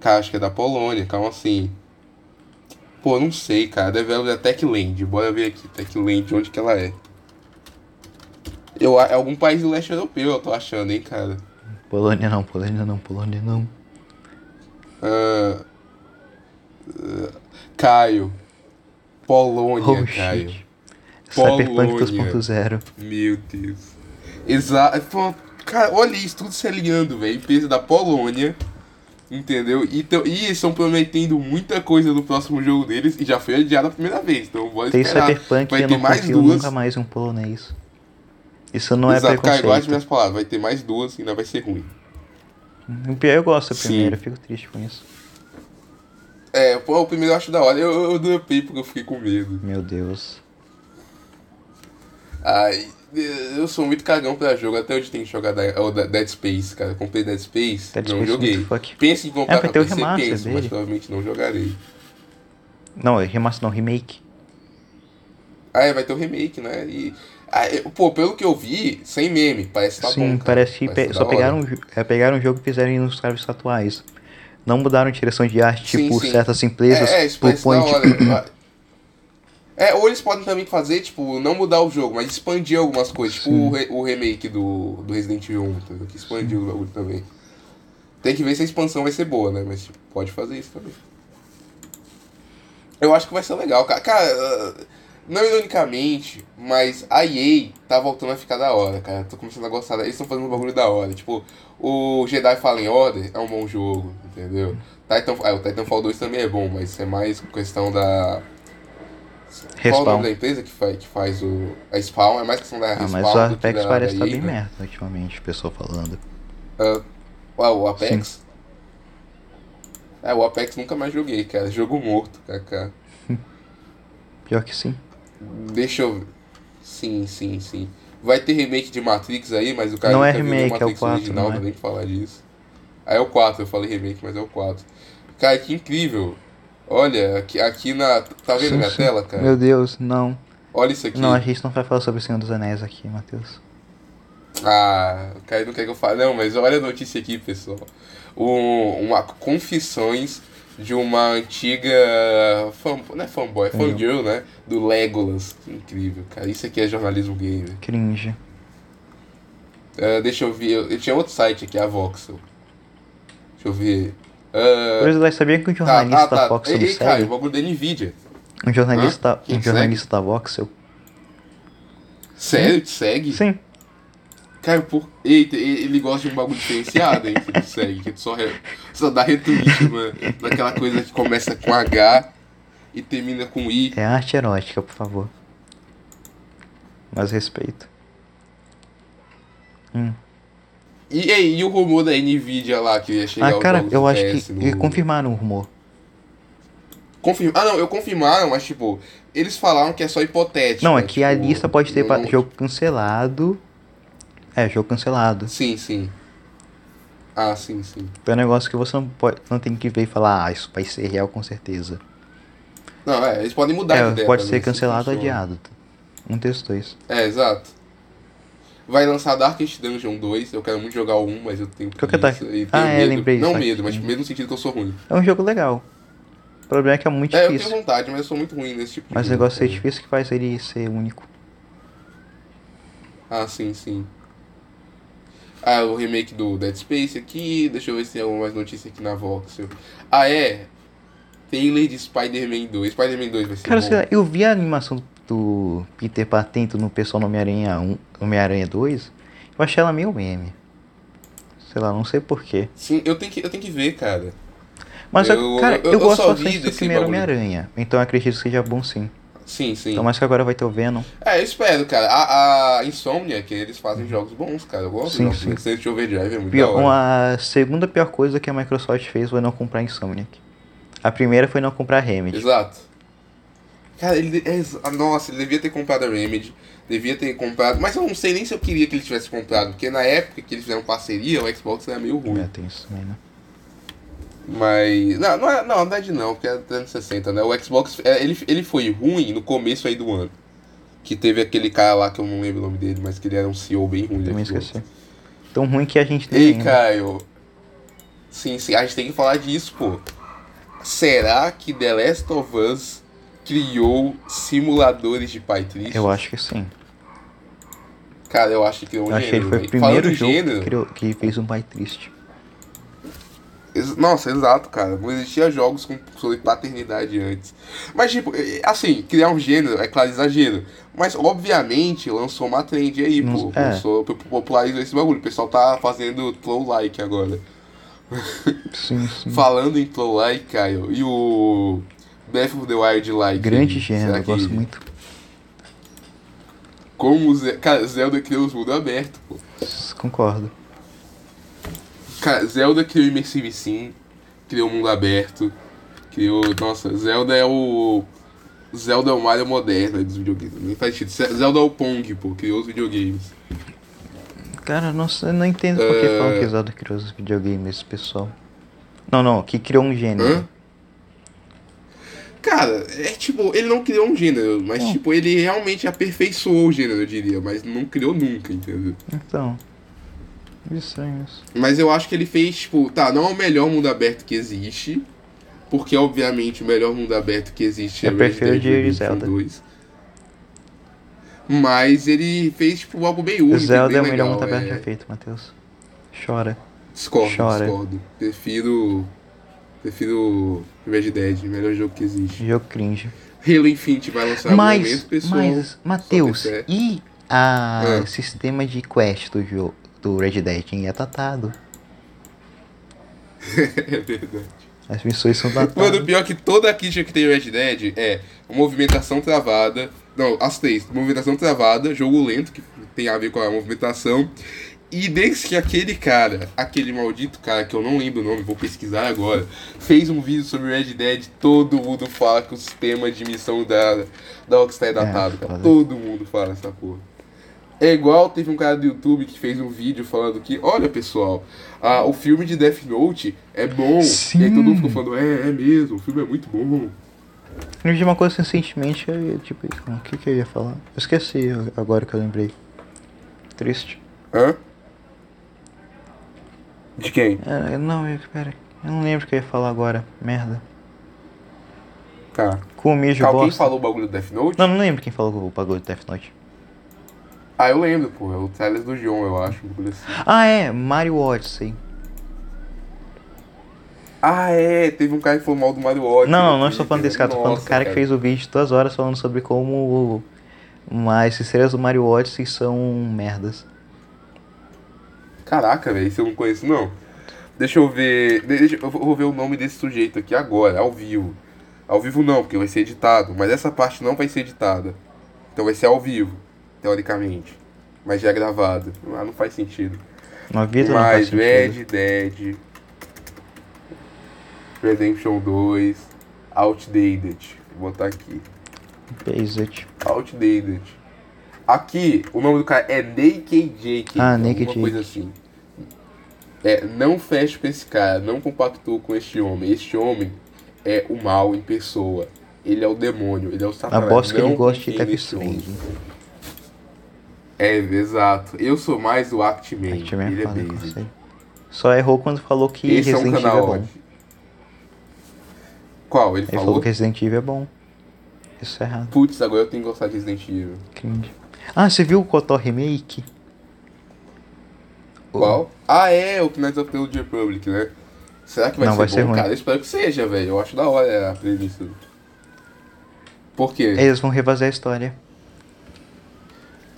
Cara, acho que é da Polônia, calma assim. Pô, não sei, cara. Developer da Techland. Bora ver aqui, Techland, onde que ela é. Eu, a- é algum país do leste europeu, eu tô achando, hein, cara.
Polônia não, Polônia não, Polônia não.
Ah, ah, Caio. Polônia,
Oh
Caio.
shit. Cyberpunk
Polônia.
2.0.
Meu Deus. Exato. Cara, olha isso, tudo se alinhando, velho. Empresa da Polônia. Entendeu? Então, e eles estão prometendo muita coisa no próximo jogo deles e já foi adiado a primeira vez. Então bora
Tem
esperar.
Cyberpunk
vai
e eu
ter
não
mais
confio
duas.
nunca mais em um polonês. Isso não é
Exato, cara, guarde
preconceito.
minhas palavras. Vai ter mais duas e ainda vai ser ruim.
O pior eu gosto da
Sim.
primeira, eu fico triste com isso.
É, pô, o primeiro eu acho da hora. Eu, eu, eu dropei porque eu fiquei com medo.
Meu Deus.
Ai, eu sou muito cagão pra jogo. Até hoje tem que jogar da, o da- Dead Space, cara. Eu comprei Dead Space,
Dead
não
Space é muito
joguei.
fuck.
Pensa em comprar
É, vai
pra
ter o
PC,
remaster
penso, mas
dele.
provavelmente não jogarei.
Não, é remaster não, remake.
Ah, é, vai ter o remake, né? E, ah, é, pô, pelo que eu vi, sem meme, parece que tá
Sim,
bom. cara.
parece que pe-
tá
só
da
pegaram,
hora.
um jo- é, pegaram um jogo e fizeram nos caras estatuais. Não mudaram de direção de arte,
Sim,
tipo,
sim.
certas empresas
É, é, isso parece
propõem,
da
tipo,
hora. né? É, ou eles podem também fazer, tipo, não mudar o jogo, mas expandir algumas coisas. Tipo o, re- o remake do, do Resident Evil 1, entendeu? que expandiu o bagulho também. Tem que ver se a expansão vai ser boa, né? Mas tipo, pode fazer isso também. Eu acho que vai ser legal. Ca- Cara, ah, não ironicamente, mas a EA tá voltando a ficar da hora, cara. Tô começando a gostar. da- Eles estão fazendo um bagulho da hora. Tipo, o Jedi Fallen Order é um bom jogo, entendeu? Titan, ah, o Titanfall 2 também é bom, mas é mais questão da... Qual o
Respawn.
nome da empresa que faz, que faz o, a Spawn? É mais questão da
Ah,
Respawn
mas o
do que
Apex
da-
parece
da
estar
EA,
bem
né?
merda ultimamente, o pessoal falando.
Ah, o Apex? É, o Apex nunca mais joguei, cara. Jogo morto, kaká.
Pior que sim.
Deixa eu ver. Sim, sim, sim. Vai ter remake de Matrix aí, mas o cara
Não é
nunca viu nem
remake, é o
Matrix
4,
original,
não é?
nem pra falar disso. Aí é o 4, eu falei remake, mas é o 4. Cara, que incrível. Olha, aqui, aqui na. Tá vendo
Sim,
minha
sim.
tela, cara?
Meu Deus, não.
Olha isso aqui.
Não, é a gente não vai falar sobre o Senhor dos Anéis aqui, Matheus.
Ah, o cara não quer que eu fale. Não, mas olha a notícia aqui, pessoal. Um, uma confissões de uma antiga fan, não é fanboy, é fangirl, né? Do Legolas. Que incrível, cara. Isso aqui é jornalismo gamer.
Cringe.
Ah, deixa eu ver. Eu, eu tinha outro site aqui, a Voxel. Deixa eu ver. Ah,
Curiosidade, sabia que um
tá,
jornalista
tá, tá.
da Voxel
Ei,
do
ei, Caio, o
sério?
bagulho da Nvidia.
Um jornalista,
Quem
um
segue?
jornalista da Voxel?
Sério, te segue?
Sim.
Caio, por... Eita, ele ele gosta de um bagulho diferenciado, hein, que ele segue, que tu só, re- só dá retweet, mano, daquela coisa que começa com H e termina com I.
É arte erótica, por favor. Mas respeito.
E, e, e o rumor da Nvidia lá, que ia chegar
Ah,
aos
cara,
jogos
eu
do
acho
PS
que
no-
e confirmaram o rumor.
Confirma... Ah, não, eu confirmaram, mas, tipo, eles falaram que é só hipotético.
Não, é
né,
que a
tipo,
lista pode ter
não-
pa-
não-
jogo cancelado. É, jogo cancelado.
Sim, sim. Ah, sim, sim.
É um negócio que você não, pode, não tem que ver e falar, ah, isso vai ser real com certeza.
Não, é, eles podem mudar de
É,
ideia
pode
também,
ser
assim
cancelado ou
funciona.
adiado. Um texto dois.
É, exato. Vai lançar Darkest Dungeon 2. Eu quero muito jogar o 1, mas eu tenho
Qual que é
preguiça
Dark-
e tenho
Ah, é,
medo.
lembrei,
Não
Darkest
medo, mas
Dungeon.
medo no sentido que eu sou ruim.
É um jogo legal. O problema é que é muito
É, eu tenho
difícil.
vontade, mas eu sou muito ruim nesse tipo de
Mas o
jogo.
negócio é difícil que faz ele ser único.
Ah, sim, sim. Ah, o remake do Dead Space aqui. Deixa eu ver se tem alguma mais notícia aqui na Voxel. Ah, é. Trailer de Spider-Man 2. Spider-Man 2 vai ser
Cara,
bom.
sei lá, eu vi a animação do Peter Patento no pessoal no Homem-Aranha 1, Homem-Aranha 2, eu achei ela meio meme. Sei lá, não sei porquê.
Sim, eu tenho, que, eu tenho que ver, cara.
Mas,
Eu-
eu, cara,
eu-
eu,
eu
gosto
só vi
bastante do
desse
primeiro
bagulho.
Homem-Aranha, então eu acredito que seja bom sim.
Sim, sim.
Então, mais que agora vai ter o Venom.
É, eu espero, cara. A, a Insomnia, que eles fazem jogos bons, cara. Eu gosto
Uhum. Sim,
de jogos.
sim.
Sim. Esse Overdrive é muito da
Pior, um
hora.
uma- a segunda pior coisa que a Microsoft fez foi não comprar a Insomniac. A primeira foi não comprar a Remedy.
Exato. Cara, ele. é exa- ah, nossa, ele devia ter comprado a Remedy. Devia ter comprado. Mas eu não sei nem se eu queria que ele tivesse comprado. Porque na época que eles fizeram parceria, o Xbox era meio ruim.
É, tem isso também, né?
Mas. Não, não, é- não, na verdade não, porque era 360, né? O Xbox. é, Ele, ele foi ruim no começo aí do ano. Que teve aquele cara lá que eu não lembro o nome dele, mas que ele era um CEO bem ruim. do
Também
Xbox.
esqueci. Tão ruim que a gente tem né?
Ei,
ainda.
Caio. Sim, sim, a gente tem que falar disso, pô. Será que The Last of Us criou simuladores de pai triste?
Eu acho que sim.
Cara, eu acho que criou um
Eu acho que ele
gênero.
foi o
velho. Falando
primeiro
em
jogo
gênero,
que, criou- que fez um pai triste.
ex- Nossa, exato, cara. Não existia jogos com sobre paternidade antes. Mas, tipo, eh, assim, criar um gênero é claro exagero. Mas, obviamente, lançou uma trend aí, pô.
Não- é.
Lançou, pop- popularizou esse bagulho. O pessoal tá fazendo throw like agora.
Sim, sim.
Hum. Falando em Clow Like, Caio, e o Breath of the Wild Like?
Grande
será
gênero, eu
que-
gosto muito.
Como o Ze- cara, Zelda criou os mundos abertos, pô.
Concordo.
Cara, Zelda criou Immersive Sim, criou mundo aberto, criou... Nossa, Zelda é o... Zelda é o Mario moderno aí dos videogames. Nem faz sentido. Ze- Zelda é o Pong, pô, criou os videogames.
Cara, nossa, eu não entendo por
É.
que falam que Zelda criou os videogames, pessoal. Não, não, que criou um gênero.
Hã? Cara, é tipo, ele não criou um gênero, mas
Não.
tipo, ele realmente aperfeiçoou o gênero, eu diria, mas não criou nunca, entendeu?
Então. Meio estranho isso.
Mas eu acho que ele fez, tipo, tá, não é o melhor mundo aberto que existe. Porque, obviamente, o melhor mundo aberto que existe é
Eu prefiro
Resident
É de
Evil
Zelda.
2. Mas ele fez, tipo, algo bem
O
único.
Zelda
bem
é o melhor
legal,
mundo aberto
é.
já feito, Matheus. Chora.
Discordo,
Chora.
discordo. Prefiro. Prefiro Red Dead, melhor jogo que existe.
Jogo cringe.
Halo Infinite vai lançar no
Mas,
é momento, pessoal.
mas, Matheus,
só que é-
e a
Ah.
sistema de quest do jogo do Red Dead hein, é datado?
é verdade.
As missões são
Mano, o
datadas.
pior é que toda a crítica que tem em Red Dead é movimentação travada. Não, as três. Movimentação travada, jogo lento, que tem a ver com a movimentação. E desde que aquele cara, aquele maldito cara que eu não lembro o nome, vou pesquisar agora, fez um vídeo sobre Red Dead, todo mundo fala que o sistema de missão da, da Rockstar é datado, cara.
foda.
Todo mundo fala essa porra. É igual teve um cara do YouTube que fez um vídeo falando que, olha pessoal, ah, o filme de Death Note é bom. E aí todo
Sim.
mundo ficou falando, é, é mesmo, o filme é muito bom.
Eu vi uma coisa recentemente, eu, tipo, o que que eu ia falar? Eu esqueci agora que eu lembrei. Triste.
Hã? De quem?
É, não, eu, pera, eu não lembro o que eu ia falar agora. Merda.
Tá.
Com o mijo
Alguém
bosta.
falou o bagulho do Death Note?
Não, não lembro quem falou o bagulho do Death Note.
Ah, eu lembro, pô. É o Thales do John, eu acho, um bagulho assim.
Ah, é, Mario Odyssey.
Ah, é, teve um cara que falou mal do Mario Odyssey.
Não, não,
no
não estou
Twitter.
falando desse cara, estou falando do
Nossa,
cara, que fez o vídeo de duas horas falando sobre como o- as estrelas do Mario Odyssey são merdas.
Caraca, velho, isso eu não conheço, não. Deixa eu ver. de- Deixa, eu vou eu vou ver o nome desse sujeito aqui agora, ao vivo. Ao vivo não, porque vai ser editado. Mas essa parte não vai ser editada. Então vai ser ao vivo, teoricamente. Mas já é gravado. Ah, não faz sentido.
Uma vida não faz
mas
sentido.
Red Dead. Redemption 2. Outdated. Vou botar aqui.
Basic.
Outdated. Aqui, o nome do cara é Naked Jake.
Ah,
alguma
Naked
coisa assim. É, não feche pra esse cara, não compactou com este homem. Este homem é o mal em pessoa. Ele é o demônio, ele é o satanás.
Aposto que
Não
ele gosta de
confie
Death
nesse homem.
Stranding.
É, exato. Eu sou mais o Actman.
Aí tinha
Ele é
mesmo falado, não
David.
sei. Só errou quando falou que
Esse é um
Resident Evil é
canal
bom. Ele
ótimo. Qual? Ele,
falou que Resident Evil é bom. Isso é errado.
Putz, agora eu tenho que gostar de Resident Evil.
Cringe. Ah, você viu o Kotor Remake? O-
Qual? Ah, é, o Knights of the Old Republic, né? Será que vai
Não,
ser
vai
bom,
ser ruim.
cara? Eu espero que seja, velho. Eu acho da hora a premissa. Por quê?
Eles vão refazer a história.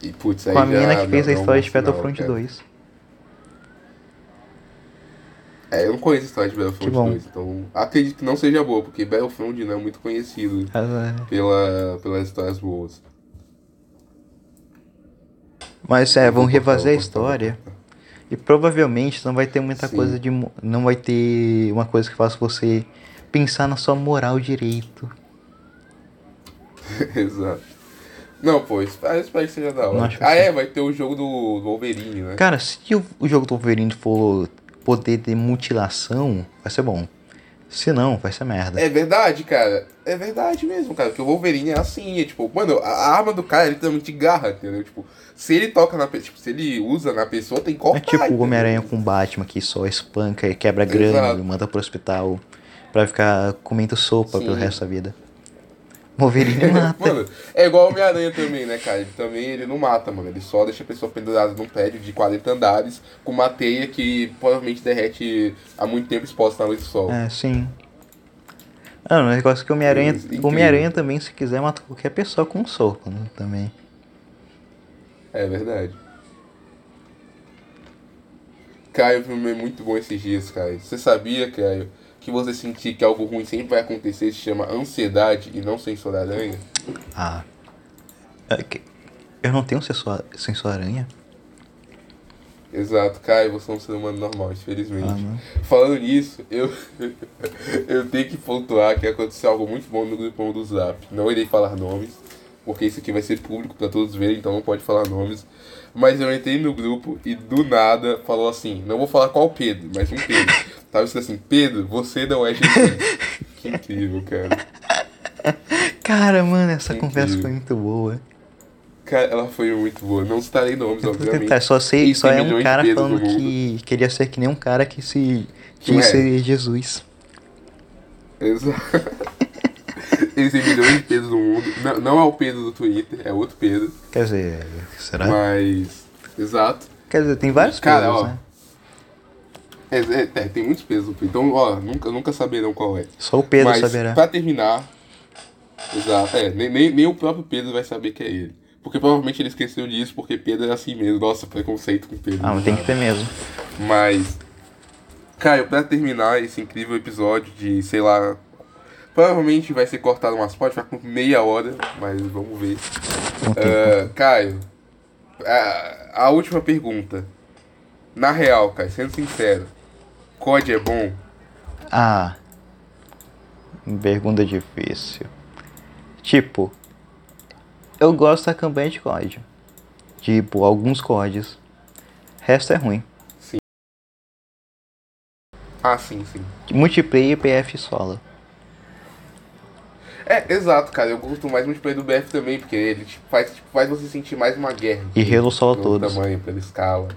E, putz, aí
Com a
já
menina que fez
não-
a
não
história
é
de
um sinal,
Battlefront
cara.
2.
É, eu não conheço a história de Battlefront
Que bom.
2, então acredito que não seja boa, porque Battlefront não é muito conhecido
Ah,
pela, pelas histórias boas.
Mas é,
Eu vou
vão refazer a
cortar, vou cortar, vou
história. E provavelmente não vai ter muita
Sim.
coisa de. mo- Não vai ter uma coisa que faça você pensar na sua moral direito.
Exato. Não, pô, eu espero eu espero que seja da
Não
hora.
acho que
Ah,
sim.
é, vai ter o jogo do, do Wolverine, né?
Cara, se o, o jogo do Wolverine for poder ter mutilação, vai ser bom. Se não, vai ser merda.
É verdade, cara. É verdade mesmo, cara. Porque o Wolverine é assim, é tipo, mano, a a arma do cara é literalmente garra, entendeu? Tipo, se ele toca na pessoa, tipo, se ele usa na pessoa, tem que
É
cortar.
tipo o
entendeu?
Homem-Aranha com o Batman que só espanca e quebra grana
Exato.
e manda pro hospital pra ficar comendo sopa pelo
Sim.
resto da vida. Wolverine mata.
Mano, é igual o Homem-Aranha também, né, cara? Ele também ele não mata, mano. Ele só deixa a pessoa pendurada num prédio de 40 andares com uma teia que provavelmente derrete há muito tempo exposta na luz do sol.
É, sim. Ah, um negócio que o Homem-Aranha.
Isso, incrível.
O Homem-Aranha também, se quiser, mata qualquer pessoa com um soco, né? Também.
É verdade. Caio, meu, é muito bom esses dias, Caio. Você sabia, Caio, que você sentir que algo ruim sempre vai acontecer se chama ansiedade e não sensor aranha?
Ah. É que- Eu não tenho sensor, sensor aranha?
Exato, Caio, você é um ser humano normal, infelizmente.
Ah, não.
Falando nisso, eu, eu tenho que pontuar que aconteceu algo muito bom no grupão do Zap. Não irei falar nomes, porque isso aqui vai ser público pra todos verem, então não pode falar nomes. Mas eu entrei no grupo e do nada falou assim: não vou falar qual Pedro, mas um Pedro. Tava escrito assim: Pedro, você não é Jesus. que incrível, cara.
Cara, mano, essa conversa
Incrível.
foi muito boa.
Cara, ela foi muito boa. Não citarei nomes,
Eu vou tentar,
obviamente.
só sei, só é um
milhões de
cara
dedos no
falando
mundo.
que queria ser que nem um cara que se
Que não
diz
é.
ser Jesus.
Exato. Existem milhões de Pedros no mundo. Não, não é o Pedro do Twitter, é outro Pedro.
Quer dizer, será?
Mas. Exato.
Quer dizer, tem vários
Cara,
Pedros,
ó.
né?
É, é, é, tem muitos pesos no Pedro. Então, ó, nunca, nunca saberão qual é.
Só o Pedro
Mas,
saberá.
pra terminar. Exato, é. Nem, nem, nem o próprio Pedro vai saber que é ele. Porque provavelmente ele esqueceu disso, porque Pedro era assim mesmo. Nossa, preconceito com Pedro.
Ah, mas tem que ter mesmo.
Mas, Caio, pra terminar esse incrível episódio de, sei lá, provavelmente vai ser cortado umas partes, vai com meia hora, mas vamos ver.
Não tem.
Ah, Caio, a, a última pergunta. Na real, Caio, sendo sincero, COD é bom?
Ah. Pergunta difícil. Tipo, eu gosto da campanha de código. Tipo, alguns códigos. Resto é ruim.
Ah, sim, sim.
Multiplayer PF solo.
É, exato, cara, eu gosto mais muito do BF também, porque ele tipo, faz, tipo, faz você sentir mais uma guerra.
E Halo solo
pelo
todos.
tamanho, pela escala.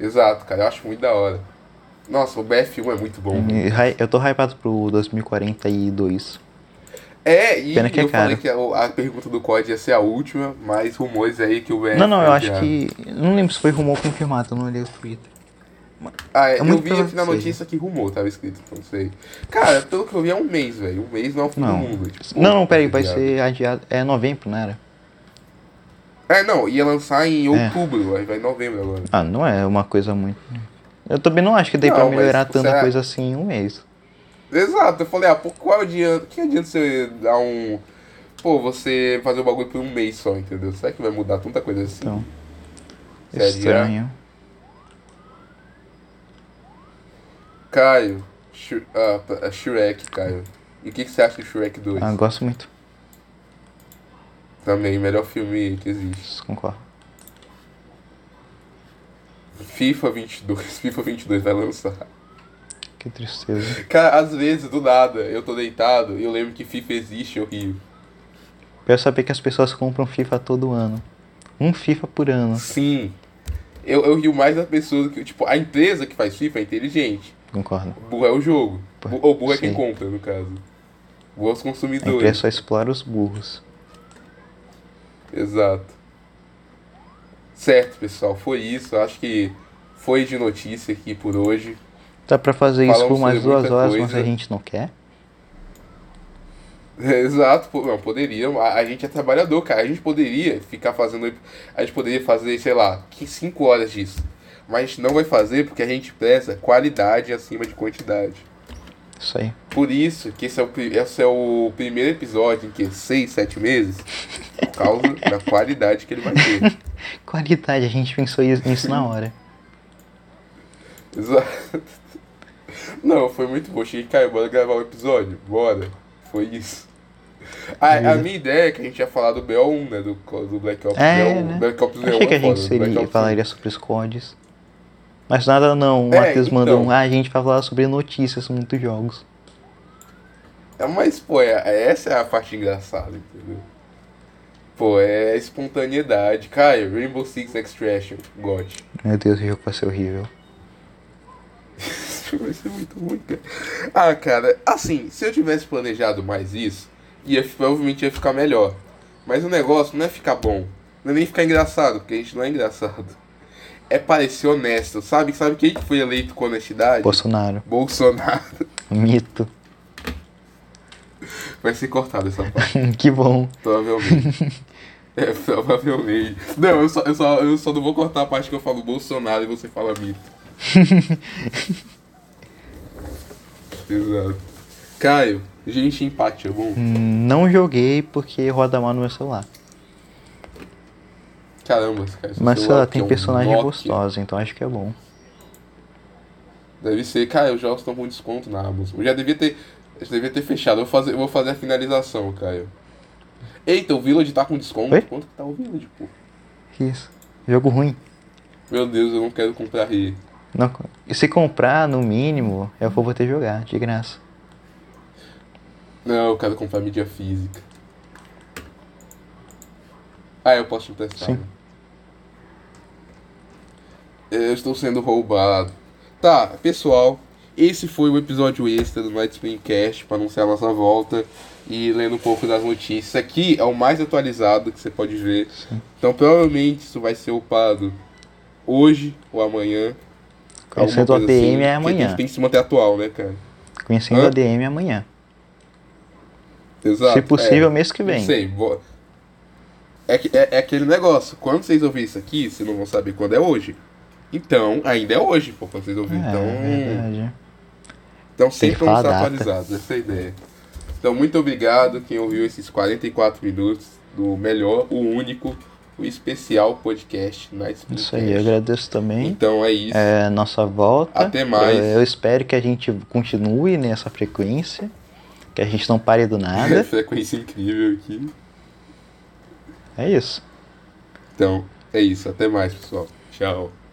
Exato, cara, eu acho muito da hora. Nossa, o BF1 é muito bom.
E Uhum. hi- Eu tô hypado pro 2042.
É, e
Pena que é
eu falei
caro.
que a, a pergunta do COD ia ser a última, mas rumores aí que o BF.
Não, não, eu
tá
acho
adiado.
que. Não lembro se foi rumor confirmado, eu não olhei o Twitter.
Ah, é,
é
eu
muito
vi
provável
aqui na
que seja.
notícia que rumor tava escrito, então não sei. Cara, pelo que eu vi é um mês, velho. Um mês não é o fim
Não.
do mundo. Tipo,
Não, não, peraí, vai
adiado.
ser adiado. É novembro, não era?
É, não, ia lançar em
É.
outubro, aí vai em novembro agora.
Ah, não é uma coisa muito. Eu também não acho que dê pra
Não, mas
melhorar tanta
será-
coisa assim em um mês.
Exato, eu falei, ah, pô, qual adianta? Que adianta você dar um. Pô, você fazer o bagulho por um mês só, entendeu? Será que vai mudar tanta coisa assim?
Então. é
Se adiar.
Estranho.
Caio, Shre- ah, tá, Shrek, Caio. E o que, que você acha do Shrek 2?
Ah, gosto muito.
Também, melhor filme que existe.
Concordo.
FIFA 22, FIFA 22 vai lançar.
Que tristeza.
Cara, às vezes, do nada, eu tô deitado e eu lembro que FIFA existe, eu rio.
Quero saber que as pessoas compram FIFA todo ano. Um FIFA por ano.
Sim. Eu, eu rio mais da pessoa do que, tipo, a empresa que faz FIFA é inteligente.
Concordo.
Burro é o jogo.
Pô,
Bu- Ou burro é quem
sim.
compra, no caso. Burro é os
A empresa
consumidores.
só explora os burros. É
Exato. Certo, pessoal, foi isso. Acho que foi de notícia aqui por hoje.
Dá pra fazer isso
Falamos
por mais
um sobre
duas
muita
horas, mas
coisa.
a gente não quer.
Exato, pô, não, poderia. A, a gente é trabalhador, cara. A gente poderia ficar fazendo. A gente poderia fazer, sei lá, 5 horas disso. Mas a gente não vai fazer porque a gente preza qualidade acima de quantidade.
Isso aí.
Por isso que esse é o, pri- esse é o primeiro episódio em que 6, 7 meses, por causa da qualidade que ele vai ter.
Qualidade, a gente pensou is- nisso na hora.
Exato. Não, foi muito bom. Cheguei, cara, bora gravar o episódio. Bora. Foi isso. A, a
Beleza.
minha ideia é que a gente ia falar do BO1, né? Do, co- do Black Ops
É,
BO1.
né?
Black Ops
Achei que a
é foda,
gente
do
seria,
Black Ops
falaria sobre os codes. Mas nada não, o
É,
Matheus mandou um,
então.
ah, a gente vai falar sobre notícias, muitos jogos.
É, mas, pô, é, essa é a parte engraçada, entendeu? Pô, é a espontaneidade. Caio, Rainbow Six Extraction, GOT.
Meu Deus, esse jogo vai ser horrível.
Isso vai ser muito ruim, cara. Ah, cara, assim, se eu tivesse planejado mais isso, ia, provavelmente ia ficar melhor. Mas o negócio não é ficar bom, não é nem ficar engraçado, porque a gente não é engraçado. É parecer honesto, sabe? Sabe quem que foi eleito com honestidade?
Bolsonaro,
Bolsonaro.
mito.
Vai ser cortado essa parte.
que bom.
Provavelmente. É, provavelmente. Não, eu só, eu, só, eu só não vou cortar a parte que eu falo Bolsonaro e você fala mito. Exato. Caio, gente, empate é bom?
Hum, Não joguei porque roda mal no meu celular.
Caramba, cara. esse
Mas sei
celular
lá,
aqui é
tem
um
personagem
Nokia.
gostoso, então acho que é bom.
Deve ser. Cara, os jogos estão com desconto na Amazon. Eu já devia ter, eu já devia ter fechado. Eu vou, fazer, eu vou fazer a finalização, Caio. Eita, o Village tá com desconto?
Oi?
Quanto que tá o Village, pô?
Que Isso. Jogo ruim.
Meu Deus, eu não quero comprar ele.
Não, co- e se comprar, no mínimo, eu vou poder jogar, de graça.
Não, eu quero comprar mídia física. Ah, eu posso testar.
Sim.
né? Eu estou sendo roubado. Tá, pessoal, esse foi o episódio extra do Night Springcast para anunciar a nossa volta e lendo um pouco das notícias. Aqui é o mais atualizado que você pode ver. Então, provavelmente isso vai ser upado hoje ou amanhã.
Conhecendo
alguma
o
coisa assim,
ADM é
porque A
amanhã.
gente tem que se manter atual, né, cara?
Conhecendo
Hã?
a DM amanhã.
Exato.
Se possível,
é.
mês que
Não
vem.
sei, vo- é, que- é, é aquele negócio. Quando vocês ouvirem isso aqui, vocês não vão saber quando é hoje. Então, ainda é hoje, pô, quando vocês
É,
ouvirem. então,
verdade.
então
Tem que
sempre vamos
falar
estar
a data.
atualizados, essa é a ideia. Então, muito obrigado quem ouviu esses 44 minutos do melhor, o único, o especial podcast Night
Isso
Podcast.
aí, eu agradeço também.
Então é isso.
É, nossa volta.
Até mais.
Eu, eu espero que a gente continue nessa frequência. Que a gente não pare do nada.
Frequência incrível aqui.
é isso.
Então, é isso. Até mais, pessoal. Tchau.